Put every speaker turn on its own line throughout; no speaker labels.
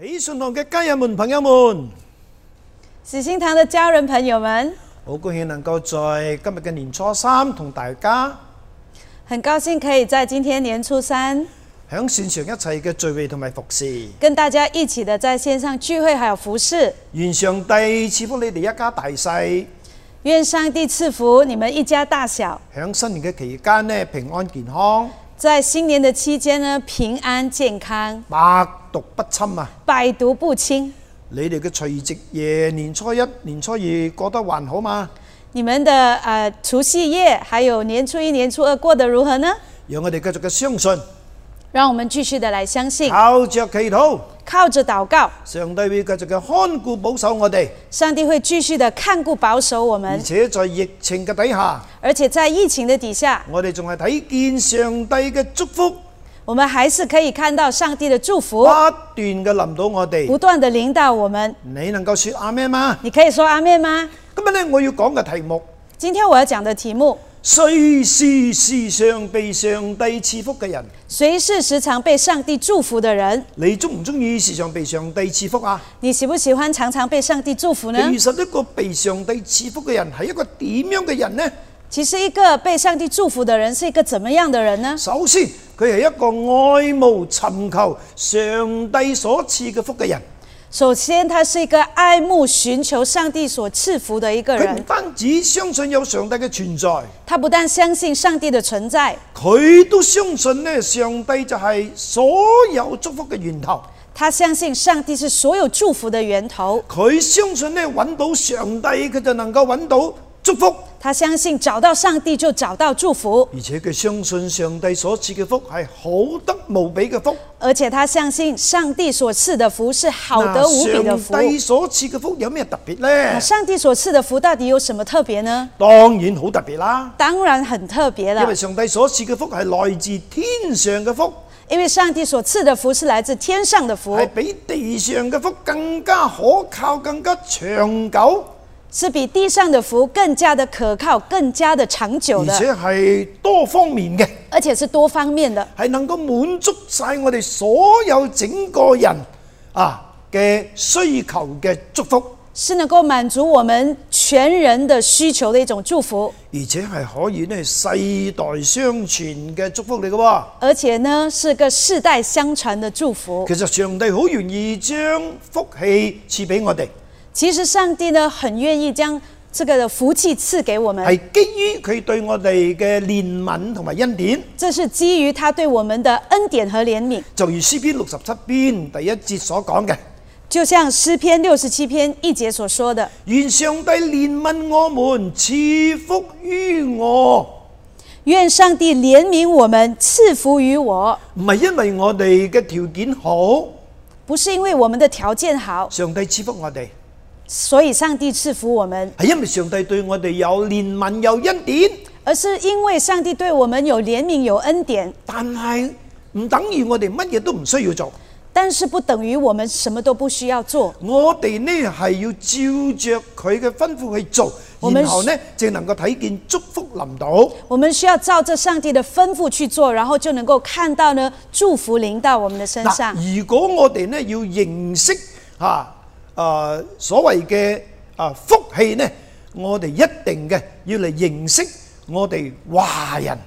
喜信堂嘅家人們、朋友們，
喜信堂的家人朋友们，
好高興能夠在今日嘅年初三同大家
很高兴可以在今天年初三
響線上一齊嘅聚會同埋服侍。
跟大家一起的在线上聚会，还有服饰。
願上帝賜福你哋一家大細，
愿上帝赐福你们一家大小，
響新年嘅期間呢，平安健康，
在新年的期间呢，平安健康，
百毒不侵啊！
百毒不侵。
你哋嘅除夕夜、年初一、年初二過得還好嘛？
你们的呃除夕夜还有年初一、年初二过得如何呢？
讓我哋繼續嘅相信，
让我们继续的来相信，
靠着祈禱，
靠着祷告，
上帝會繼續嘅看顧保守我哋，
上帝会继续的看顾保守我
而
们，
且在疫情嘅底下，
而且在疫情的底下，
我哋仲係睇見上帝嘅祝福。
我们还是可以看到上帝的祝
不
福。
斷嘅臨到我哋，
不断的领导我们。
你能夠説阿咩嘛？
你可以说阿妹吗？
今日咧，我要講嘅題目，
今天我要讲的题目，
誰是時常被上帝賜福嘅人？
谁是时常被上帝祝福的人？
你中唔中意時常被上帝賜福啊？
你喜不喜欢常常被上帝祝福呢？
其實一個被上帝賜福嘅人係一個點樣嘅人呢？
其实，一个被上帝祝福的人是一个怎么样的人呢？
首先，佢係一個愛慕尋求上帝所賜嘅福嘅人。
首先，他是一个爱慕、寻求上帝所赐福的一个
佢唔
人。
單止相信有上帝嘅存在，
他不但相信上帝的存在，
佢都相信呢上帝就係所有祝福嘅源頭。
他相信上帝是所有祝福的源头。
佢相信咧揾到上帝，佢就能夠揾到祝福，
他相信找到上帝就找到祝福，
而且佢相信上帝所賜嘅福係好得無比嘅福。
而且他相信上帝所赐的福是好得无比的福。啊
上帝所賜嘅福有咩特別
那
呢？
上帝所赐的福到底有什么特别呢？
當然好特別啦，
当然很特别
因
了
為，上帝所賜嘅福係來自天上嘅福，
因为上帝所赐的福是来自天上的福
係，比地上嘅福更加可靠、更加長久，
是比地上的福更加的可靠、更加的长久
而
的，
且係多方面嘅，
而且是多方面的，
係能夠滿足晒我哋所有整個人啊嘅需求嘅祝福。
是能够满足我们全人的需求的一种祝福，
而且係可以呢世代相傳嘅祝福嚟嘅喎。
而且呢是个世代相传的祝福
其。實上帝好願意將福氣賜俾我哋，
其实上帝呢很愿意将这个的福气赐给我们，
係基於佢對我哋嘅憐憫同埋恩典。
这是基于他对我们的恩典和怜悯。
就如詩篇六十七篇第一節所講嘅，
就像诗篇六十七篇一节所说的。
願上帝憐憫我們，賜福於我，
愿上帝怜悯我们，赐福于我。
唔係因為我哋嘅條件好，
不是因为我们的条件好，
上帝賜福我哋，
所以上帝赐福我们，
係因為上帝對我哋有憐憫有恩典。
而是因为上帝对我们有怜悯、有恩典。
但係唔等於我哋乜嘢都唔需要做。
但是不等于我们什么都不需要做，
我哋呢係要照着佢嘅吩咐去做，
我們
然後呢，就能夠睇見祝福臨到。
我们需要照着上帝的吩咐去做，然后就能够看到呢祝福临到我们的身上。
嗱，如果我哋呢要認識嚇啊、呃所謂嘅啊福氣呢，我哋一定嘅要嚟認識我哋華人。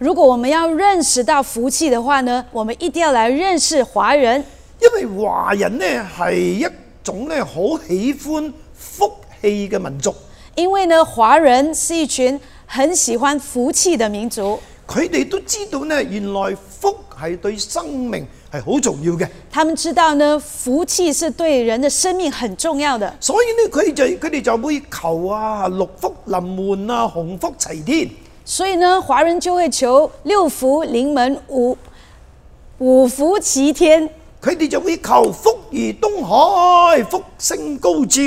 如果我们要认识到福气的话呢，我们一定要来认识华人，
因為華人呢係一種呢好喜歡福氣嘅民族，
因为呢华人是一群很喜欢福气的民族。
佢哋都知道呢，原來福係對生命係好重要嘅。
他们知道呢，福气是对人的生命很重要的，
所以呢，佢就佢哋就會求啊，六福臨門啊，洪福齊天。
所以呢，华人就会求六福临门，五五福齐天。
佢哋就會求福如東海，福星高照。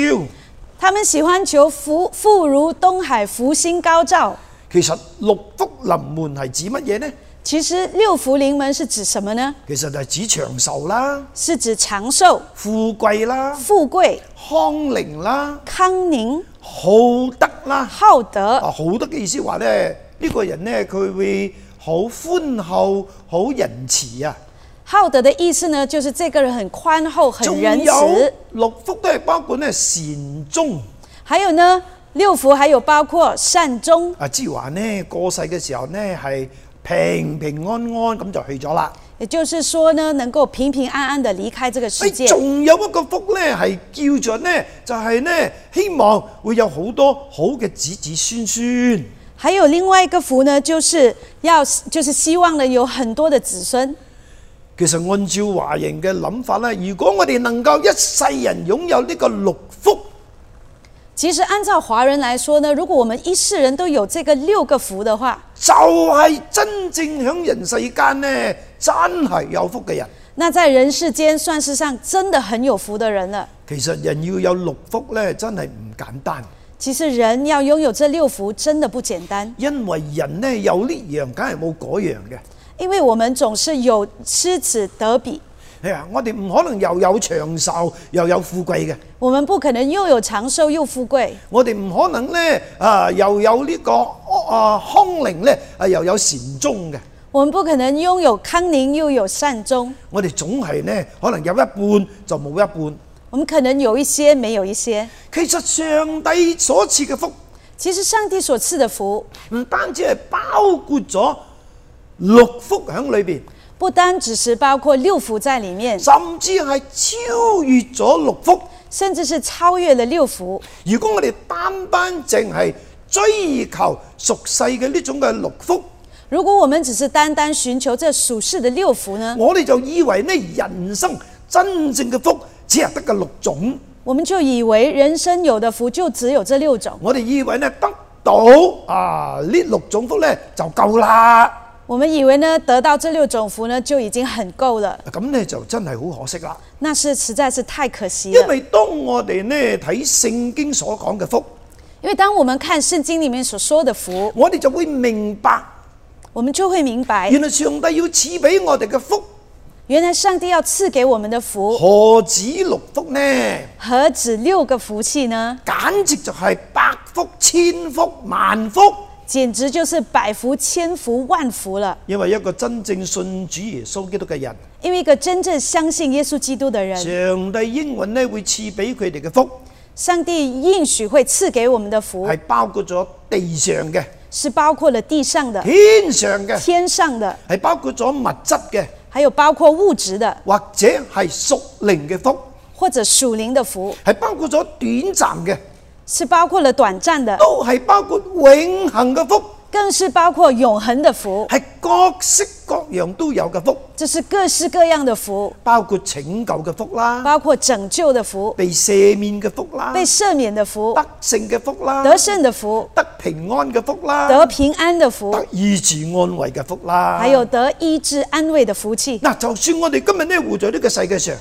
他们喜欢求福富如东海，福星高照。
其實六福臨門係指乜嘢呢？
其实六福临門是指什么呢？
其實就係指長壽啦、
是指长寿、
富貴啦、
富贵、
康寧啦、
康宁、
好德啦。
好德。
啊，好德嘅意思話呢，呢、個人呢，佢會好寬厚、好仁慈啊。
好德的意思呢，就是这个人很宽厚、很
仲
仁
有
慈。
六福都係包括咧善終
还有呢，六福还有包括善终，
啊，即係話呢過世嘅時候呢係平平安安咁就去咗啦。
也就是说呢，能够平平安安的离开这个世
誒。
界
哎仲有一個福呢係叫做呢，就係、呢希望會有好多好嘅子子孫孫。
还有另外一个福呢，就是要就是希望呢有很多的子孙。
其實按照華人嘅諗法呢，如果我哋能夠一世人擁有呢個六福，
其实按照华人来说呢，如果我们一世人都有这个六个福的话，
就係、真正喺人世間呢真係有福嘅人。
那在人世间算是上真的很有福的人了。
其實人要有六福呢，真係唔簡單，
其实人要拥有这六福真的不简单，
因為人呢有呢樣，梗係冇嗰樣嘅。
因为我们总是有失此得彼，
係啊，我哋唔可能又有長壽又有富貴嘅，
我们不可能又有长寿又富贵，
我哋唔可能呢啊又有呢、個啊康寧呢啊又有善終嘅。
我们不可能拥有康宁又有善终，
我哋總係呢，可能有一半就冇一半。
我们可能有一些没有一些。
其實上帝所賜嘅福，
其实上帝所赐的福，
唔單止係包括咗六福喺裏邊，
不单只是包括六福在里面，
甚至係超越咗六福。
甚至是超越了六福。
如果我哋單單淨係追求俗世嘅呢種嘅六福，
如果我们只是单单寻求这属世的六福呢，
我哋就以為呢人生真正嘅福只係得嘅六種，
我们就以为人生有的福就只有这六种，
我哋以為呢得到啊呢六種福呢就夠啦，
我们以为呢得到这六种福呢就已经很够了，
咁呢就真係好可惜啦。
那是实在是太可惜
因
了。
為當我哋呢睇聖經所講嘅福，
因为当我们看圣经里面所说的福，
我哋就會明白，
我们就会明白，
原來上帝要賜俾我哋嘅福
原来上帝要赐给我们的福
何止六福呢？
何止六个福气呢？
簡直就係百福、千福、萬福。
简直就是百福、千福、万福了。
因為一個真正信主耶穌基督嘅人，
因为一个真正相信耶稣基督的人，
上帝英允呢會賜俾佢哋嘅福，
上帝应许会赐给我们的福
係包括咗地上嘅、
是包括了地上的、
天上嘅，
天上的，
係包括咗物質嘅，
还有包括物质的
或者係屬靈嘅福，
或者属灵的福，
係包括咗短暫嘅，
是包括了短暂的，
都係包括永恆嘅福。
更是包括永恒的福，
係各式各樣都有嘅福，
这是各式各样的福，
包括拯救嘅福啦，
包括拯救的福、
被赦免嘅福啦，
被赦免的福、
得勝嘅福啦，
得胜的福、
得平安嘅福啦，
得平安的福
得，醫治安慰嘅福啦。
还有得医治安慰的福气。
嗱，就算我哋今日呢活在呢個世界上，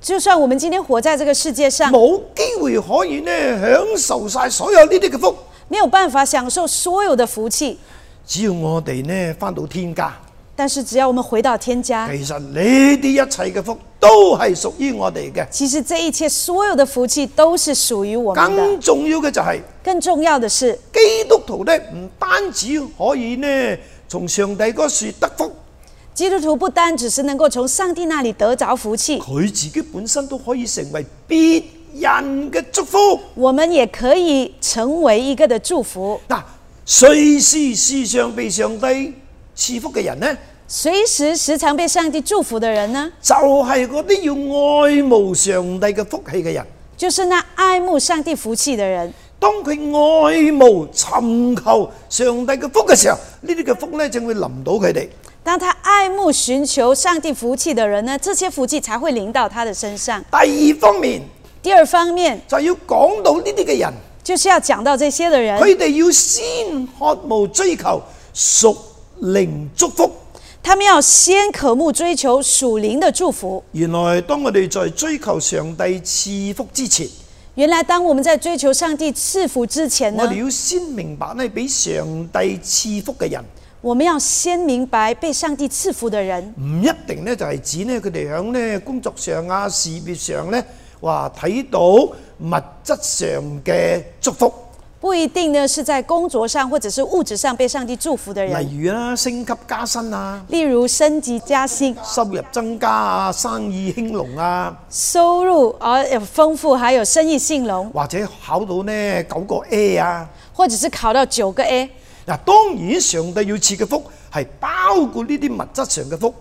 就算我们今天活在这个世界上，
冇機會可以呢享受晒所有呢啲嘅福，
没有办法享受所有的福气，
只要我哋呢翻到天家，
但是只要我们回到天家，
其實呢啲一切嘅福都係屬於我哋嘅。
其实这一切所有的福气都是属于我们的。
更重要嘅就係、
更重要的是，
基督徒呢唔單止可以呢從上帝嗰樹得福。
基督徒不单只是能够从上帝那里得着福气，
佢自己本身都可以成為別人嘅祝福。
我们也可以成为一个的祝福。
嗱，誰是時常被上帝賜福嘅人呢？
随时时常被上帝祝福的人呢，
就係嗰啲要愛慕上帝嘅福氣嘅人。
就是那爱慕上帝福气的人。
當佢愛慕、尋求上帝嘅福嘅時候，呢啲嘅福呢，正會臨到佢哋。
当他爱慕寻求上帝福气的人呢，这些福气才会临到他的身上。
第二方面
第二方面，
就要講到呢啲嘅人，
就是要讲到这些的人，
佢哋要先渴慕追求屬靈祝福。
他们要先渴慕追求属灵的祝福。
原來當我哋在追求上帝賜福之前，
原来，当我们在追求上帝赐福之前呢
我，哋要先明白呢，俾上帝賜福嘅人
我们要先明白被上帝赐福的人，
唔一定呢，就係指呢佢哋喺呢工作上啊、事業上呢，哇睇到物質上嘅祝福，
不一定呢是在工作上或者是物质上被上帝祝福的人，
例如啦，升級加薪啊，
例如升级加薪、
收入增加啊，生意興隆啊，
收入而有丰富，还有生意兴隆，
或者考到呢九個 A 啊。
或者是考到九个 A。
嗱，當然上帝要賜嘅福係包括呢啲物質上嘅福，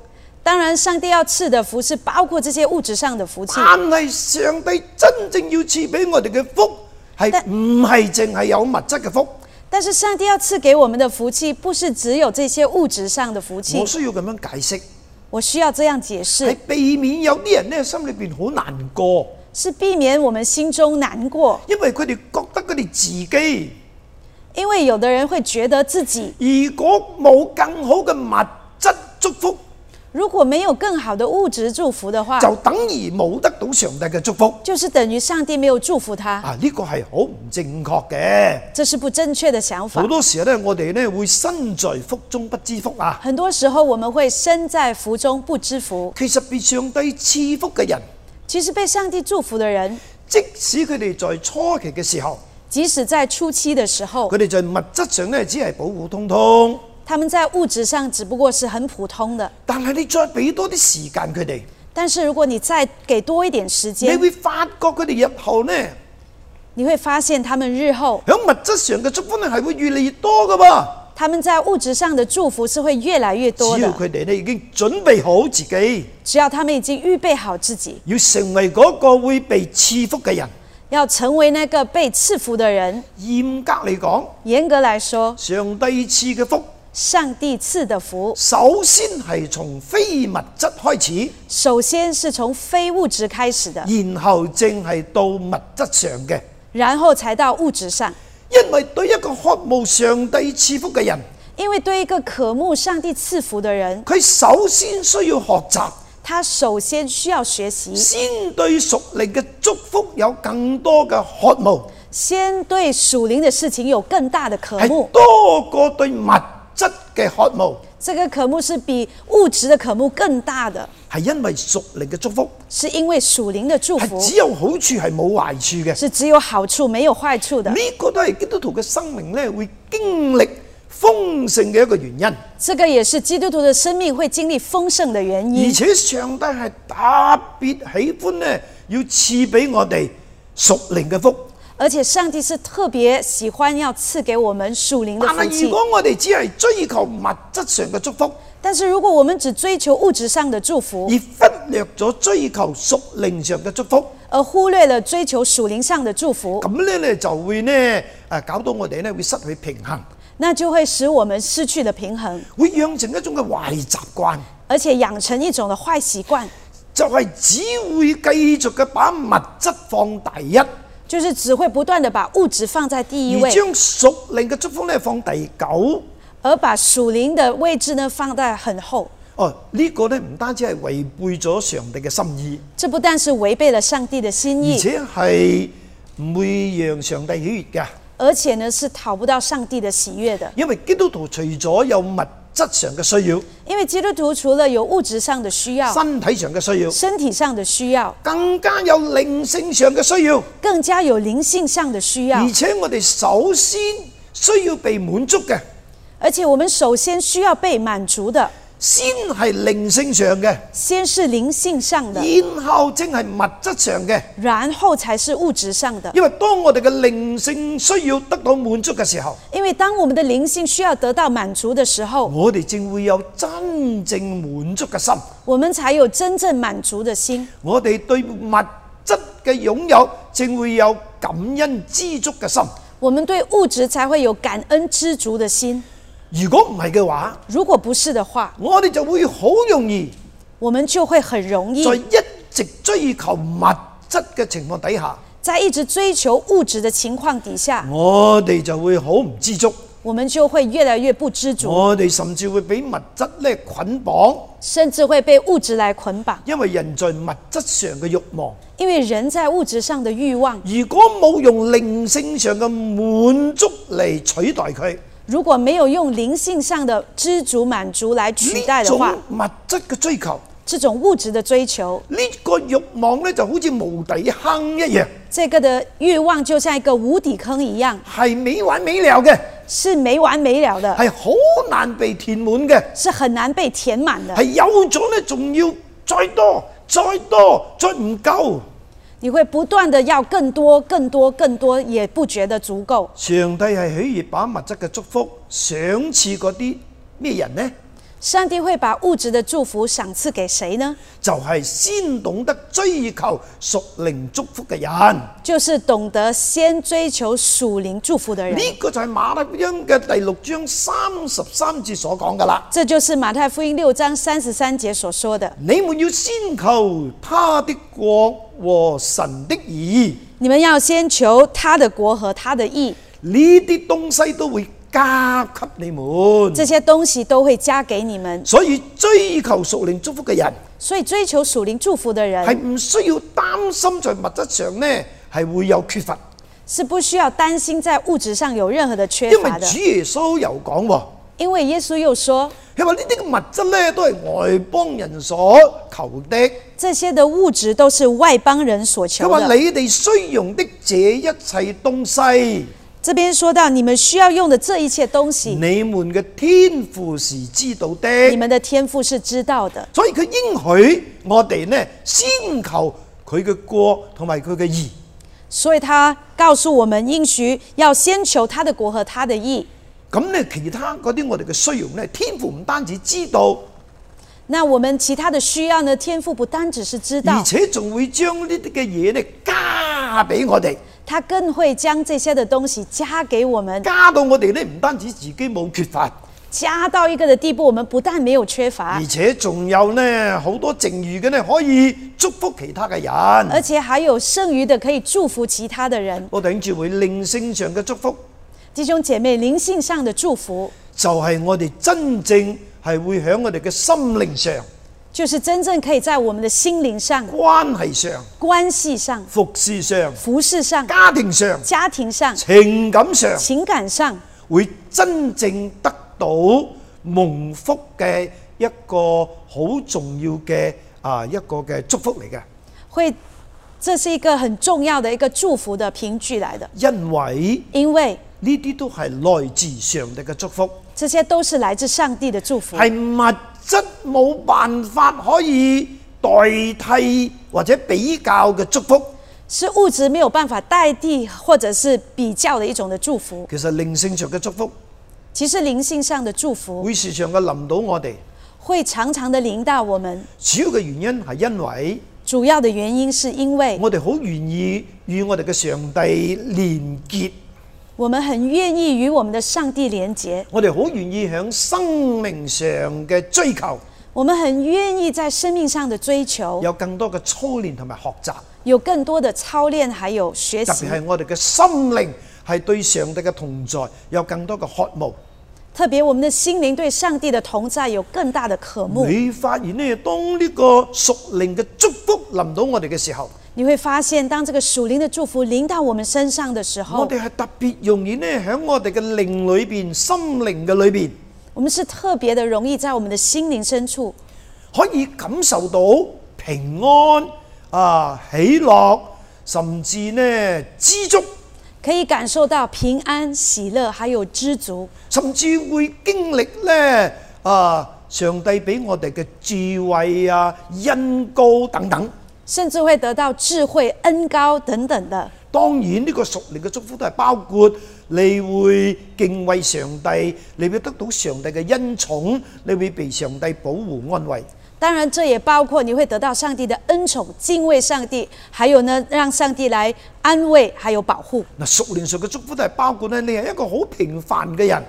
当然，上帝要赐的福是包括这些物质上的福气，
但係上帝真正要賜俾我哋嘅福係
但
唔係淨係有物質嘅福？
但是上帝要赐给我们的福气，不是只有这些物质上的福气
我。哎需要咁樣解釋，
我需要这样解
係
释，
避免有啲人呢心裏邊好難過，
是避免我们心中難过，
因為佢哋覺得佢哋自己
因为有的人会觉得自己
如果冇更好嘅物質祝福，
如果没有更好的物质祝福的话，
就等於冇得到上帝嘅祝福。
就是等于上帝没有祝福他，
啊，呢啊個係好唔正確嘅。
这是不正确的想法
好。多時候咧，我哋咧會身在福中不知福啊。
很多时候我们会身在福中不知福，
其實被上帝賜福嘅人，
其实被上帝祝福的人，
即使佢哋在初期嘅時候，
即使在初期的时候
佢，哋在物質上咧只係普普通通，
他们在物质上只不过是很普通的。
但係你再俾多啲時間佢哋，
但是如果你再给多一点时
你
间，
會發覺佢哋日後呢，
你会发现他们日后
喺物質上嘅祝福咧係會越嚟越多噶噃。
他们在物质上的祝福是会越来越多
只要
的。
佢哋咧已經準備好自己，
只要他们已经预备好自己，
要成為嗰個會被賜福嘅人。
要成为那个被赐福的人。
嚴格嚟講，
严格来说，
上帝賜嘅福
上帝赐的福，
首先係從非物質開始。
首先是从非物质开始的，
然後正係到物質上嘅，
然后才到物质上。
因為對一個渴慕上帝賜福嘅人，
因为对一个渴慕上帝赐福的人，
佢首先需要學習，
他首先需要学习，
先對屬靈嘅祝福有更多嘅渴慕，
先对属灵的事情有更大的渴慕
係。多過對物質嘅渴慕，
这个渴慕是比物质的渴慕更大的，
係因為屬靈嘅祝福
是因为属灵的祝福
係只有好處係冇壞處嘅，
是只有好处没有坏处的。
呢個都係基督徒嘅生命咧會經歷豐盛嘅一個原因。
这个也是基督徒的生命会经历丰盛的原
而
因。
且上帝係特別喜歡咧，要賜俾我哋屬靈嘅福。
而且上帝是特别喜欢要赐给我们属灵的
但
福
係如
气。
果我哋只係追求物質上嘅祝福，
但是如果我们只追求物质上的祝福
而，忽略咗追求屬靈上嘅祝福，
而忽略了追求属灵上的祝福，
咁咧你就會咧誒搞到我哋咧會失去平衡，
那就会使我们失去了平衡，
會養成一種嘅壞習慣，
而且養成一種的坏习惯，
就係、只會繼續嘅把物質放第一，而
就是只会不断的把物质放在第一位，
將屬靈嘅祝福咧放第九。
而把属灵的位置呢放在很后。
哦，呢、個咧唔單止係違背咗上帝嘅心意。
这不但是违背了上帝的心
而
意，
且係唔會讓上帝喜悅嘅，
而且呢是讨不到上帝的喜悦的。
因為基督徒除咗有物質上嘅需要、
因为基督徒除了有物质上的需要、
身體上嘅需要，
身体上的需要，
更加有靈性上嘅需要，
更加有灵性上的需要
而，且我哋首先需要被滿足嘅，
而且我们首先需要被满足的，
先係靈性上嘅，
先是灵性上的，
然後正係物質上嘅。
然后才是物质上的。
因為當我哋嘅靈性需要得到滿足嘅時候，
因为当我们的灵性需要得到满足的时候，
我哋正會有真正滿足嘅心，
我们才有真正满足的心，
我哋對物質嘅擁有正會有感恩知足嘅心。
我们对物质才会有感恩知足的心。
如果唔係嘅話，
如果不是的话，
我哋就會好容易
我们就会很容易
在一直追求物質嘅情況底下，
在一直追求物质的情况底下，
我哋就會好唔知足，
我们就會越來越不知足，
我哋甚至會俾物質咧捆綁，
甚至會被物質來捆綁。
因為人在物質上嘅慾望，
因為人在物質上的欲望，
如果冇用靈性上嘅滿足嚟取代佢，
如果沒有用靈性上的知足滿足來取代
呢
的
種
話，
物質嘅追求
这种物质的追求，
呢個慾望咧就好似無底坑一樣，
这个的欲望就像一个无底坑一样，
係沒完沒了嘅，
是没完没了的，
係好難被填滿嘅，
是很难被填满的
係。有咗咧仲要再多、再多、再唔夠。
你会不断的要更多、更多、更多，也不觉得足够。
上帝係喜悦把物質嘅祝福賞賜嗰啲咩人呢？
上帝会把物质的祝福赏赐给谁呢？
就係、先懂得追求屬靈祝福嘅人。
就是懂得先追求属灵祝福的人。
呢、個就係馬太福音嘅第六章三十三節所講噶啦。
这就是马太福音六章三十三节所说的
你們要先求他的國和神的義，：“
你们要先求他的国和他的义，
呢啲東西都會加給你們。
这些东西都会加给你们。
所以追求屬靈祝福嘅人”
所以，追求属灵祝福的
係
人
唔需要擔心在物質上呢係會有缺乏，
是不需要担心在物质上有任何的缺
因為
乏啊的
主，耶穌又講喎。
因为耶稣又说，
佢話呢啲嘅物質呢，都係外邦人所求的。
这些的物质都是外邦人所
佢
求
話
的。
你哋需用的這一切東西，
这边说到，你们需要用的这一切东西，
你們嘅天父是知道
你
的。
们的天赋是知道的，
所以佢應許我哋呢，先求佢嘅過同埋佢嘅義。
所以他告诉我们，应许要先求他的国和他的义。
咁呢，其他嗰啲我哋嘅需要呢，天父唔單止知道，
那我们其他的需要呢？天父不单只是知
而
道，
且仲會將呢啲嘅嘢呢加俾我哋，
他更会将这些的东西加给我们，
加到我哋呢唔單止自己冇缺乏，
加到一个的地步，我们不但没有缺乏
而，且仲有呢好多剩餘嘅呢可以祝福其他嘅
而
人。
且还有剩余的可以祝福其他的人。
我頂住會靈性上嘅祝福，
弟兄姐妹，灵性上的祝福，
就係、我哋真正係會喺我哋嘅心靈上、
就是真正可以在我们的心灵上、
關係上、
关系上、
服侍上。
服饰上、
家庭上、
家庭上、
情感上，
情感上，
會真正得到蒙福嘅一個好重要嘅啊一個嘅祝福嚟嘅，
会，这是一个很重要的一个祝福的凭据来的，
因為
因为
呢啲都係來自上帝嘅祝福，
这些都是来自上帝的祝福。
係物質冇辦法可以代替或者比較嘅祝福。
是物质没有办法代替或者是比较的一种的祝福。
其實靈性上嘅祝福
其实灵性上的祝福
會時常嘅臨到我哋，
会常常的领到我们，
主要嘅原因係因為
主要的原因是因为
我哋好願意與我哋嘅上帝連結。
我们很愿意与我们的上帝连结，
我哋好願意喺生命上嘅追求，
我们很愿意在生命上的追求
有更多嘅操練同埋學習，
有更多的操练，还有学
特
习
別，係我哋嘅心靈係對上帝嘅同在有更多嘅渴慕。
特别我们的心灵对上帝的同在有更大的渴慕。
你發現呢，當呢個屬靈嘅祝福臨到我哋嘅時候，
你会发现，当这个属灵的祝福临到我们身上的时候
我，哋係特別容易呢，喺我哋嘅靈裏邊、心靈嘅裏邊，
我们是特别的容易在我们的心灵深处
可以感受到平安啊、喜樂，甚至呢知足，
可以感受到平安、喜乐，还有知足，
甚至會經歷呢啊，上帝俾我哋嘅智慧啊、恩高等等。
甚至会得到智慧、恩高等等的。
當然呢個屬靈嘅祝福都係包括你會敬畏上帝，你會得到上帝嘅恩寵，你會被上帝保護安慰。
当然，这也包括你会得到上帝的恩宠、敬畏上帝，还有呢，让上帝来安慰，还有保护。
嗱，屬靈上嘅祝福都係包括呢，你係一個好平凡嘅人，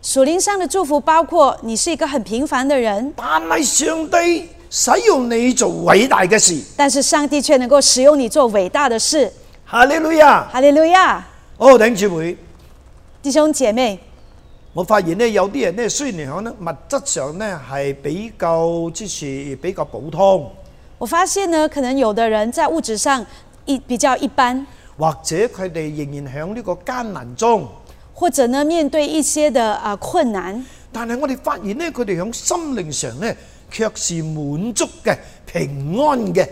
属灵上的祝福包括你是一个很平凡的人，
但係上帝使用你做偉大嘅事。
但是上帝却能够使用你做伟大的事。
哈利路亞！
哈利路亚，
哦，頂住會。
弟兄姐妹，
我發現咧，有啲人咧，雖然響咧物質上咧係比較即是比較普通，
我发现呢，可能有的人在物质上一比较一般，
或者佢哋仍然響呢個艱難中，
或者呢面对一些的啊、困难。
但係我哋發現咧，佢哋響心靈上咧卻是滿足嘅、平安嘅。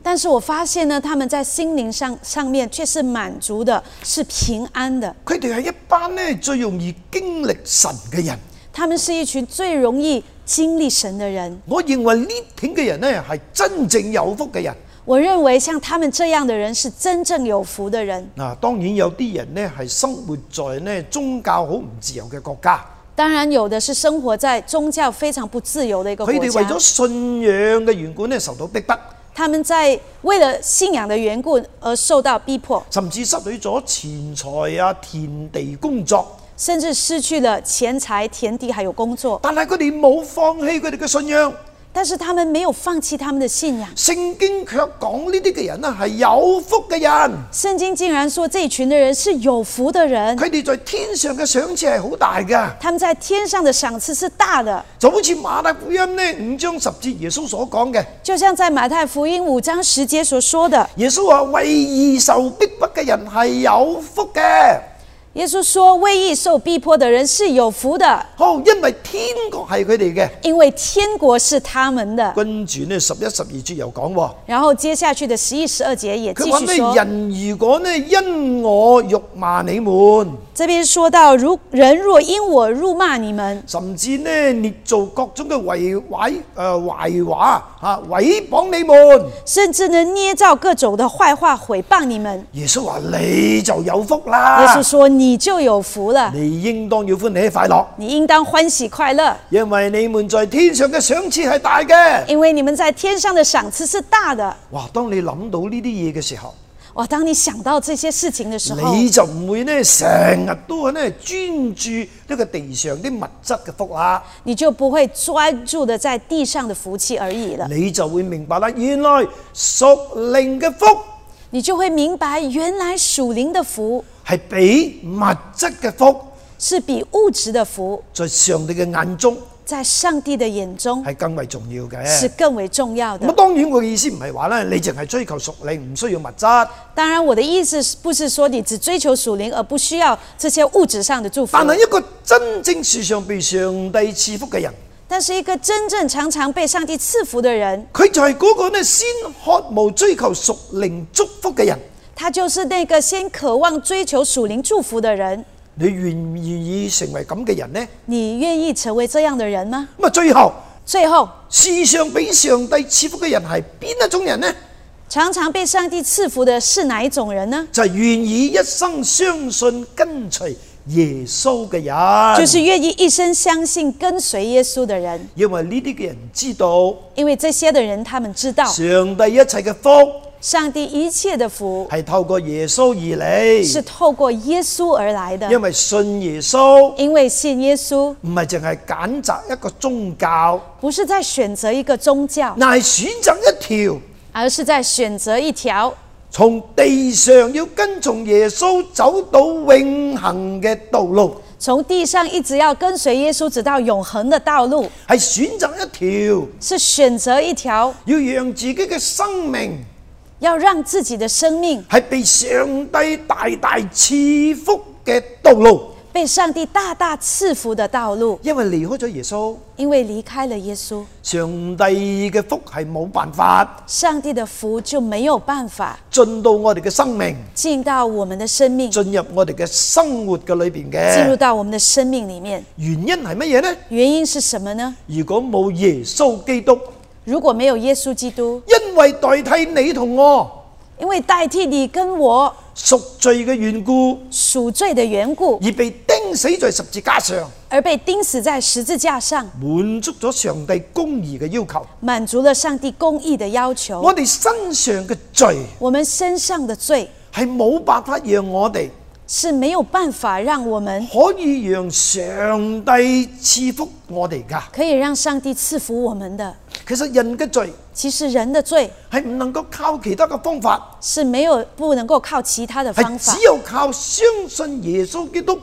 但是我發現呢，他們在心靈上上面卻是滿足的，是平安的。
佢哋係一班咧最容易經歷神嘅人。
他們是一群最容易經歷神的人。
我認為呢挺嘅人咧係真正有福嘅人。
我認為像他們這樣的人是真正有福的人。
嗱，當然有啲人咧係生活在咧宗教好唔自由嘅國家，
當然，有的是生活在宗教非常不自由的一個國
佢哋為咗
家，
信仰嘅緣故咧受到逼迫，
他們在為了信仰的緣故而受到逼迫，
甚至失去咗錢財啊、田地工作。
甚至失去了錢財、田地還有工作。
但係佢哋冇放棄佢哋嘅信仰。
但是他們沒有放棄他們的信仰。
聖經卻講呢啲嘅人咧係有福嘅人，
聖經竟然說這一群的人是有福的人，
佢哋在天上嘅賞賜係好大嘅。
他們在天上的賞賜是大的。
就好似馬太福音呢五章十節耶穌所講嘅，
就像在馬太福音五章十節所說的，
耶穌話為義受逼迫嘅人係有福嘅。
耶穌說：“為義受逼迫的人是有福的，
好，哦因為天國係佢哋
因為天國是他們的。
嘅。君主呢十一十二節又講喎，”
然後接下去的十一、十二節也繼
佢話咩
續說，
人如果呢因我辱罵你們，
這邊說到，如人若因我辱罵你們，
甚至呢捏造各種嘅壞壞誒壞話嚇毀謗你們，
甚至能捏造各種的壞話毀謗你們，
耶穌話你就有福
耶穌
啦，
說：“你就有福了，
你應當要歡喜快樂，
你應當歡喜快樂，
因為你們在天上嘅賞賜係大嘅。
因為你們在天上的賞賜是大的。
哇！當你諗到呢啲嘢嘅時候，”
哇，當你想到這些事情的時候，
你就唔會呢成日都呢專注呢個地上啲物質嘅福啦，
你就不會專注的在地上的福氣而已了。
你就會明白啦。原來屬靈嘅福
你就會明白，原來屬靈的福
係比物質嘅福，
是比物質的福
在上帝嘅眼中
在上帝的眼中
係更為重要
是
嘅。
更為重要
咁啊
的。
當然我嘅意思唔係話呢，你淨係追求屬靈，唔需要物質。
當然，我的意思是不是說你只追求屬靈而不需要這些物質上的祝福，
但係一個真正事上被上帝賜福嘅人，
但是一個真正常常被上帝賜福的人，
佢就係嗰個呢先渴慕追求屬靈祝福嘅人。
他就是那個先渴望追求屬靈祝福的人。
你願唔願意成為咁嘅人呢？
你願意成為這樣的人嗎？
咁啊，最後
最後，
世上俾上帝賜福嘅人係邊一種人呢？
常常被上帝賜福的是哪一種人呢？
就係、願意一生相信跟隨耶穌嘅人。
就是願意一生相信跟隨耶穌的人。
因為呢啲嘅人知道
因為這些的人，他們知道
上帝一切嘅福
上帝一切的福
係透過耶穌而
是
嚟，
透過耶穌而來的，
因為信耶穌
因為信耶穌
唔係淨係揀擇一個宗教，
不是在選擇一個宗教，
乃係選擇一條
而是在選擇一條
從地上要跟從耶穌走到永恆嘅道路。
從地上一直要跟隨耶穌直到永恆的道路，
係選擇一條
是選擇一條
要讓自己嘅生命
要讓自己的生命
係被上帝大大賜福嘅道路，
被上帝大大賜福的道路。
因為離開咗耶穌，
因為離開了耶穌，
上帝嘅福係冇辦法
上帝的福就沒有辦法
進到我哋嘅生命，
進到我們的生命，
進入我哋嘅生活嘅裏邊
進入
嘅。
到我們的生命裡面。
原因係乜嘢呢？
原因是什麼呢？
如果冇耶穌基督，
如果沒有耶穌基督，
因為代替你同我
因為代替你跟我
贖罪嘅緣故，
贖罪的緣故，
而被釘死在十字架上，
而被釘死在十字架上，
滿足咗上帝公義嘅要求。
满足了上帝公义的要求。
我哋身上嘅罪
我們身上的罪
係冇辦法讓我哋
是沒有辦法讓我們
可以讓上帝賜福我哋噶。
可以讓上帝賜福我們的。
其實人嘅罪
其實人的罪
係唔能夠靠其他嘅方法，
是沒有不能夠靠其他的方
係
法
只，有靠相信耶穌基督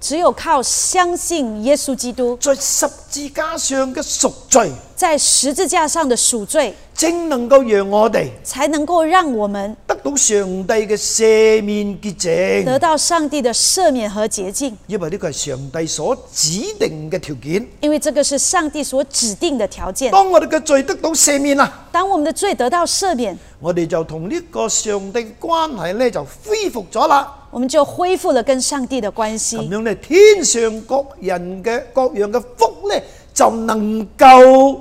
只有靠相信耶稣基督
在十字架上嘅贖罪，
在十字架上的赎罪，
正能夠讓我哋
才能够让我们
得到上帝嘅赦免潔淨。
得到上帝的赦免和洁净，
因為呢個係上帝所指定嘅條件。
因为这个是上帝所指定的条件。
當我哋嘅罪得到赦免啦，
当我们的罪得到赦免，
我哋就同呢個上帝嘅關係呢就恢復咗啦。
我们就恢复了跟上帝的关
咁
系，
樣呢，天上各人嘅各樣嘅福呢，就能夠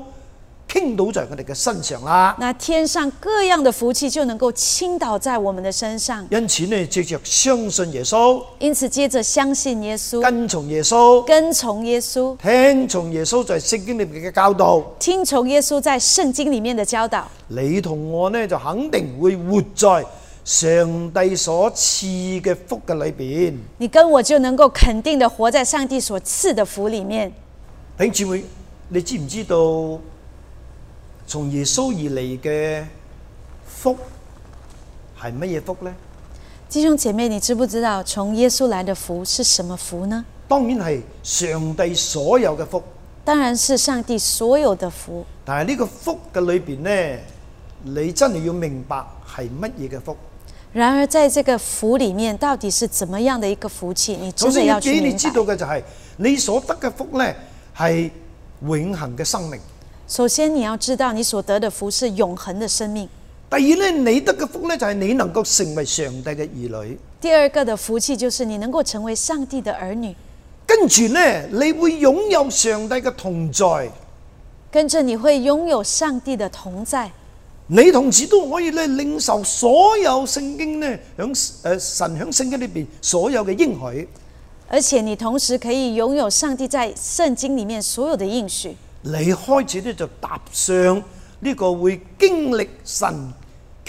傾倒在我哋嘅身上啦。
那天上各样的福气就能够倾倒在我们的身上。
因此呢，藉着相信耶穌、
因此，接着相信耶稣，
跟從耶穌、
跟从耶稣，
聽從耶穌在聖經裏面嘅教導，
听从耶稣在圣经里面的教导，
你同我呢就肯定會活在上帝所賜嘅福嘅裏邊。
你跟我就能够肯定的活在上帝所赐的福里面。
弟兄姊妹，你知唔知道從耶穌而嚟嘅福係乜嘢福呢？
弟兄姐妹，你知不知道从耶稣来的福是什么福呢？
當然係上帝所有嘅福，
当然是上帝所有的福。
但係呢個福嘅裏邊呢，你真係要明白係乜嘢嘅福。
然而，在这个福里面，到底是怎么样的一个福气？你
首
真的
先
要
要
去
俾你
明
知
白
道。嘅就係、你所得嘅福呢，係永恆嘅生命。
首先，你要知道你所得的福是永恒的生命。
第二呢，你得嘅福呢，就係、你能夠成為上帝嘅兒女。
第二个的福气就是你能够成为上帝的儿女，
跟住呢，你會擁有上帝嘅同在。
跟着你会拥有上帝的同在，
你同時都可以咧領受所有聖經咧，響誒神響聖經裏邊所有嘅應許，
而且你同时可以拥有上帝在圣经里面所有的应许。
你開始咧就踏上呢個會經歷神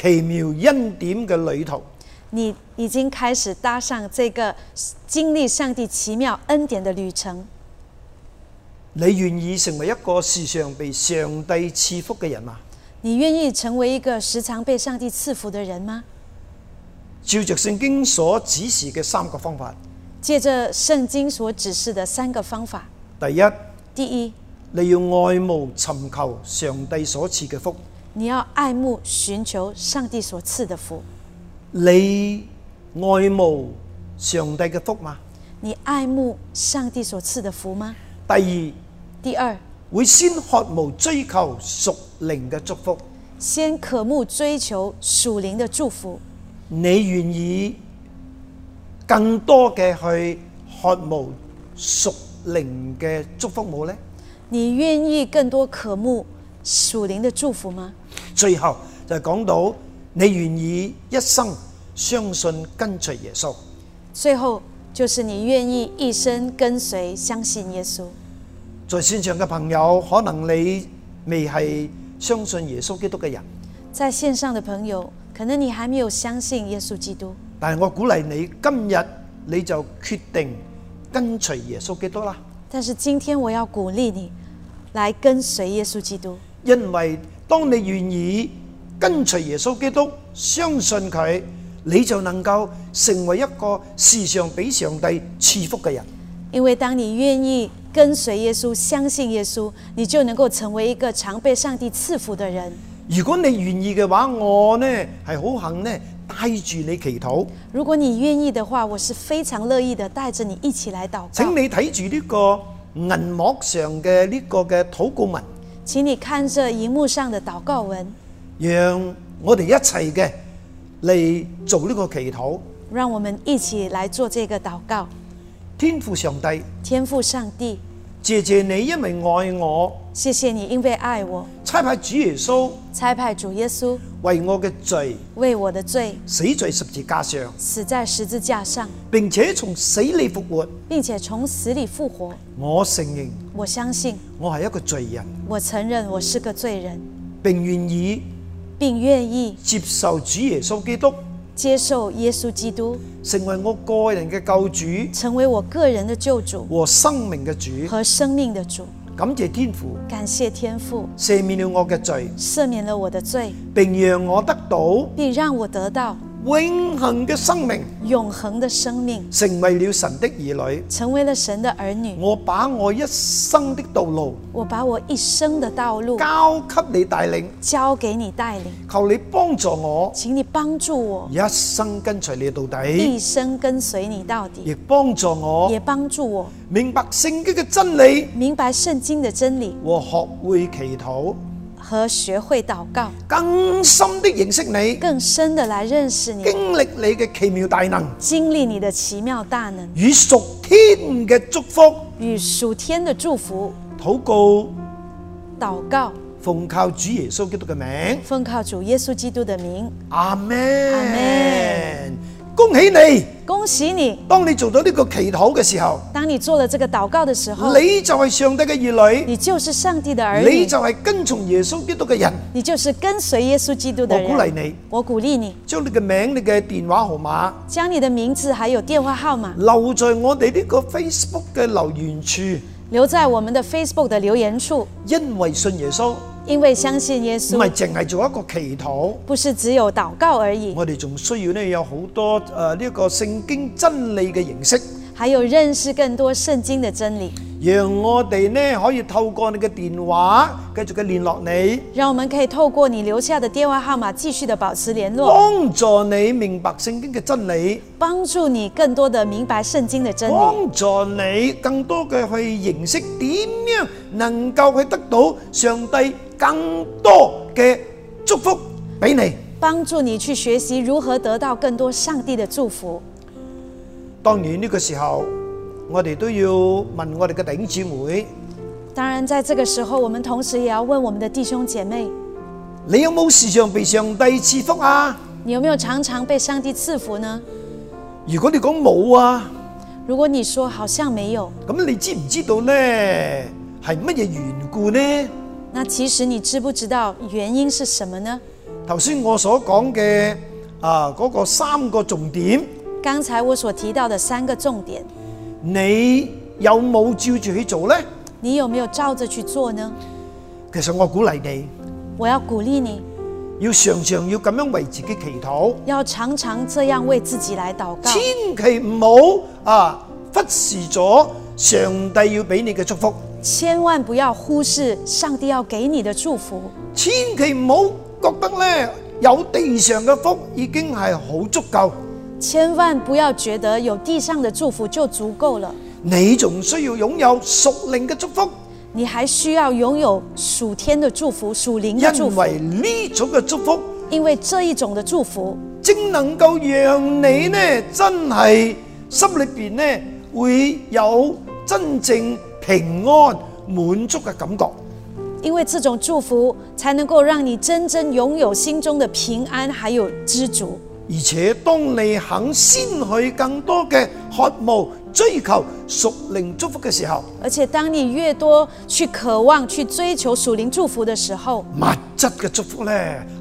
奇妙恩典嘅旅途。
你已经开始搭上这个经历上帝奇妙恩典的旅程。
你願意成為一個時常被上帝賜福嘅人嗎？
你愿意成为一个时常被上帝赐福的人吗？
照着聖經所指示嘅三個方法，
借着圣经所指示的三个方法：
第一，
第一，
你要愛慕尋求上帝所賜嘅福，
你要爱慕寻求上帝所赐的福。
你愛慕上帝嘅福嘛？
你爱慕上帝所赐的福吗？
第二。
第二，
會先渴慕追求屬靈嘅祝福。
先渴慕追求属灵的祝福。
你願意更多嘅去渴慕屬靈嘅祝福冇呢？
你愿意更多渴慕属灵的祝福吗？
最後就講到你願意一生相信跟隨耶穌。
最后就是你愿意一生跟随、相信耶稣。
在線上嘅朋友，可能你未係相信耶穌基督嘅人，
在线上的朋友，可能你还没有相信耶稣基督，
但係我鼓勵你今日你就決定跟隨耶穌基督啦。
但是今天我要鼓励你来跟随耶稣基督，
因为当你愿意跟随耶稣基督，相信佢，你就能够成为一个时常俾上帝赐福嘅人。
因为当你愿意跟随耶稣、相信耶稣，你就能够成为一个常被上帝赐福的人。
如果你愿意嘅话，我呢系好幸呢带住你祈祷，
如果你愿意的话，我是非常乐意的带着你一起来祷
请
告。
你睇住呢个银幕上嘅呢个嘅祷告文，
请你看着荧幕上的祷告文，
让我哋一齐嘅嚟做呢个祈祷。
让我们一起来做这个祷告。
天父上帝，
天父上帝，
谢谢你，因为爱我，
谢谢你，因为爱我，
差派主耶稣
差派主耶稣
为我嘅罪
为我的罪
死在十字架上。
死在十字架上，
並且從死裏復活。
并且从死里复活。
我承認
我相信，
我係一個罪人，
我承认我是个罪人，
並願意
并愿意
接受主耶穌基督
接受耶稣基督
成為我個人嘅救主
成为我个人的救主
和生命嘅主。
和生命的主。
感謝天父
感谢天父
赦免了我嘅罪，
赦免了我的罪，
並讓我得到
并让我得到
永恆嘅生命，
永恒的生命，
成為了神的兒女。
成为了神的儿女。
我把我一生的道路
我把我一生的道路
交給你帶領，
交给你带领，
求你幫助我
请你帮助我，
一生跟隨你到底，
一生跟随你到底，
亦幫助我
嗯也幫助我
明白聖經嘅真理
明白圣经的真理
和學會祈禱，
和学会祷告，
更深的認識你，
更深的来认识你，
經歷你嘅奇妙大能
经历你的奇妙大能
與屬天嘅祝福。
与属天的祝福。
禱告
祷告，
奉靠主耶穌基督嘅名，
奉靠主耶稣基督的名，
阿門。
Amen
恭喜你，
恭喜你！
當你做到呢個祈禱嘅時候。
当你做了这个祷告的时候，
你就係上帝嘅兒女，
你就是上帝的儿
你
女，
就係跟從耶穌基督嘅人。
你就是跟随耶稣基督的
我鼓勵
人。
你，
我鼓励你，
將你嘅名、你嘅電話號碼
将你的名字还有电话号码
留在我哋呢個 Facebook 嘅留言處，
留在我們的 Facebook 的留言處，
因為信耶穌
因為相信耶
唔
穌
係淨係做一個祈禱，
不是只有祷告而已，
我哋仲需要呢有好多誒呢一個聖經真理嘅形式，
还有认识更多圣經的真理，
讓我哋呢可以透過你嘅電話繼續嘅聯絡你，
让我們可以透過你留下的电话号碼繼續的保持聯絡，
幫助你明白聖經嘅真理，
幫助你更多的明白圣經的真理。
幫助你更多嘅去認識點樣能夠去得到上帝更多嘅祝福俾你。
帮助你去学习如何得到更多上帝的祝福。
當然呢個時候，我哋都要問我哋嘅弟兄姊妹：
当然，在这个时候，我们同时也要问我们的弟兄姐妹：
你有冇時常被上帝賜福啊？
你有没有常常被上帝赐福呢？
如果你講冇啊，
如果你说好像没有，
咁你知唔知道呢？係乜嘢緣故呢？
那其实你知不知道原因是什么呢？
頭先我所講嘅啊嗰個三個重點，
刚才我所提到的三个重点，
你有冇照住去做呢？
你有没有照着去做呢？
其實我鼓勵你。
我要鼓励你，
要常常要咁樣為自己祈禱，
要常常这样为自己来祷告，
千祈唔好啊忽視咗上帝要俾你嘅祝福，
千万不要忽视上帝要给你的祝福，
千祈唔好覺得呢有地上嘅福已經係好足夠，
千万不要觉得有地上的祝福就足够了。
你仲需要擁有屬靈嘅祝福，
你还需要拥有属天的祝福、属灵的祝
因
福，
為呢種嘅祝福
因为这一种的祝福
正能夠讓你呢真係心裏邊呢會有真正平安滿足嘅感覺。
因为这种祝福才能够让你真正拥有心中的平安，还有知足。
而且當你肯先去更多嘅渴慕、追求屬靈祝福嘅時候，
而且，当你越多去渴望、去追求属灵祝福的时候，
物質嘅祝福呢，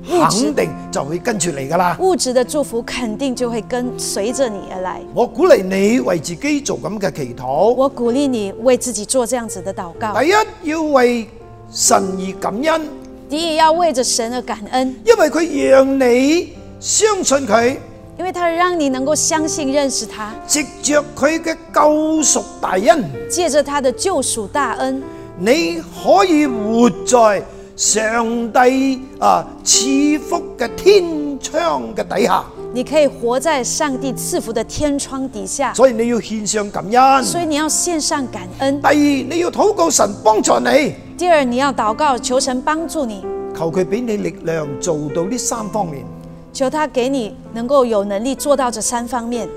物質
肯定就會跟住嚟噶啦。
物质的祝福肯定就会跟随着你而来。
我鼓勵你為自己做咁嘅祈禱。
我鼓励你为自己做这样子的祷告。
第一要為神而感恩，
第一，要为着神而感恩，
因為佢讓你相信佢，
因为他让你能够相信、认识他，
藉着佢嘅救贖大恩，
借着他的救赎大恩，
你可以活在上帝啊賜福嘅天窗嘅底下。
你可以活在上帝赐福的天窗底下。
所以你要獻上感恩。
所以你要献上感恩
第。二，你要禱告神幫助你，
第二，你要祷告，求神帮助你，
求佢俾你力量做到呢三方面：
求他给你能够有能力做到这三方面：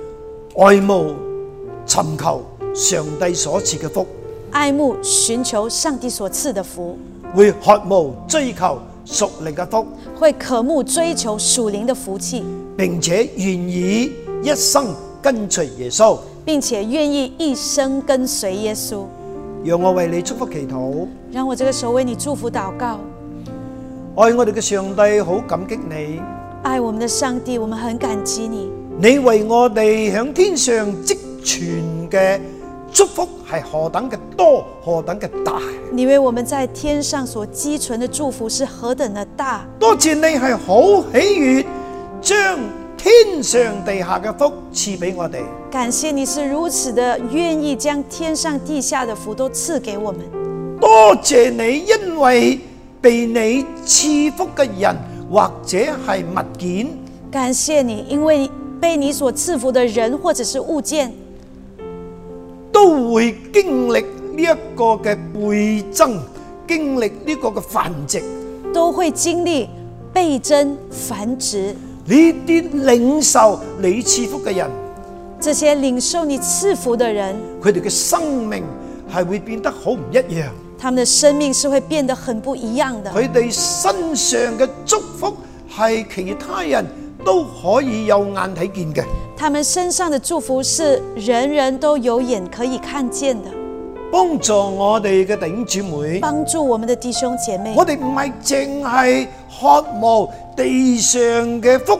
愛慕、尋求上帝所賜嘅福，
爱慕、寻求上帝所赐的福，
會渴慕追求屬靈嘅福，
会渴慕追求属灵的福气，
並且願意一生跟隨耶穌。
并且愿意一生跟随耶稣。
讓我為你祝福祈禱，
让我这个时候为你祝福祷告，
愛我哋嘅上帝好感激你，
爱我们的上帝，我们很感激你，
你為我哋響天上積存嘅祝福係何等嘅多，何等嘅大。
你为我们在天上所积存的祝福是何等的大。
多谢你系好喜悦，将天上地下嘅福賜俾我哋。
感谢你是如此的愿意将天上地下的福都赐给我们。
多謝你，因為被你賜福嘅人或者係物件，
感谢你，因为被你所赐福的人或者是物件，
都會經歷呢一個嘅倍增，經歷呢個嘅繁殖。呢
都会经历倍增繁殖。
啲領受你賜福嘅人，
这些领受你赐福的人，
佢哋嘅生命係會變得好唔一樣，
他们的生命是会变得很不一样的。
佢哋身上嘅祝福係其他人都可以有眼睇見嘅。
他们身上的祝福是人人都有眼可以看见的，
幫助我哋嘅弟兄姊妹。
帮助我们的弟兄姐妹
我，哋唔係淨係渴慕地上嘅福，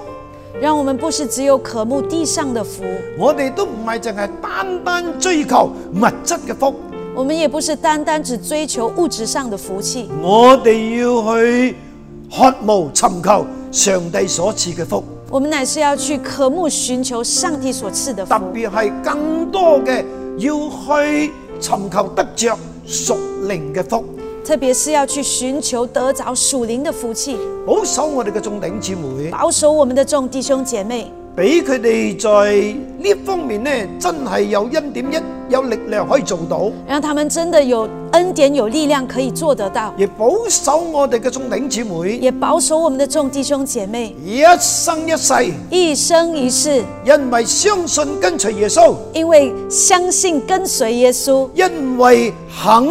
让我们不是只有渴慕地上的福，
我哋都唔係淨係單單追求物質嘅福，
我们也不是单单只追求物质上的福气，
我哋要去渴慕尋求上帝所賜嘅福，
我们乃是要去渴慕寻求上帝所赐的福
特，別係更多嘅要去尋求得着屬靈嘅福，
特别是要去寻求得着属灵的福气，
保守我哋嘅眾弟兄姊妹，
保守我们的众弟兄姐妹，
俾佢哋在呢方面呢，真係有恩典一有力量可以做到。
让他们真的有恩典、有力量可以做得到，
亦保守我哋嘅眾弟兄姊妹，
也保守我们的众弟兄姐妹
一生一世，
一生一世。
因為相信跟隨耶穌，
因为相信跟随耶稣，
因為肯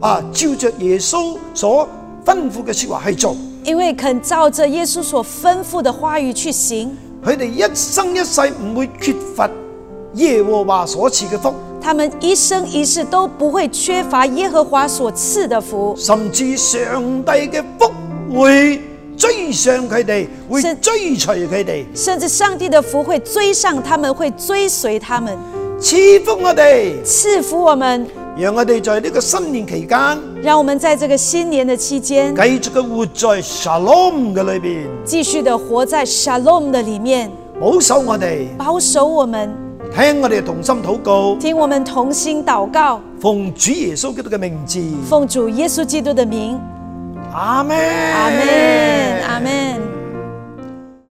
啊照着耶穌所吩咐嘅说話去做，
因为肯照着耶稣所吩咐的话语去行，
佢哋一生一世唔會缺乏耶和華所賜嘅福，
他们一生一世都不会缺乏耶和华所赐的福，
甚至上帝嘅福會追上佢哋，會
是
追隨佢哋，
甚至上帝的福会追上他们，会追随他们，
賜福我哋，
赐福我们，
讓我哋在呢個新年期間
让我们在这个新年的期间
繼續嘅活在 shalom 嘅裏边。
继续的活在 shalom 的里面，
保守我哋，
保守我们，
听我哋同心祷告，
听我们同心祷告，
奉主耶稣基督嘅名字，
奉主耶稣基督的名，
阿门，
阿门，阿门。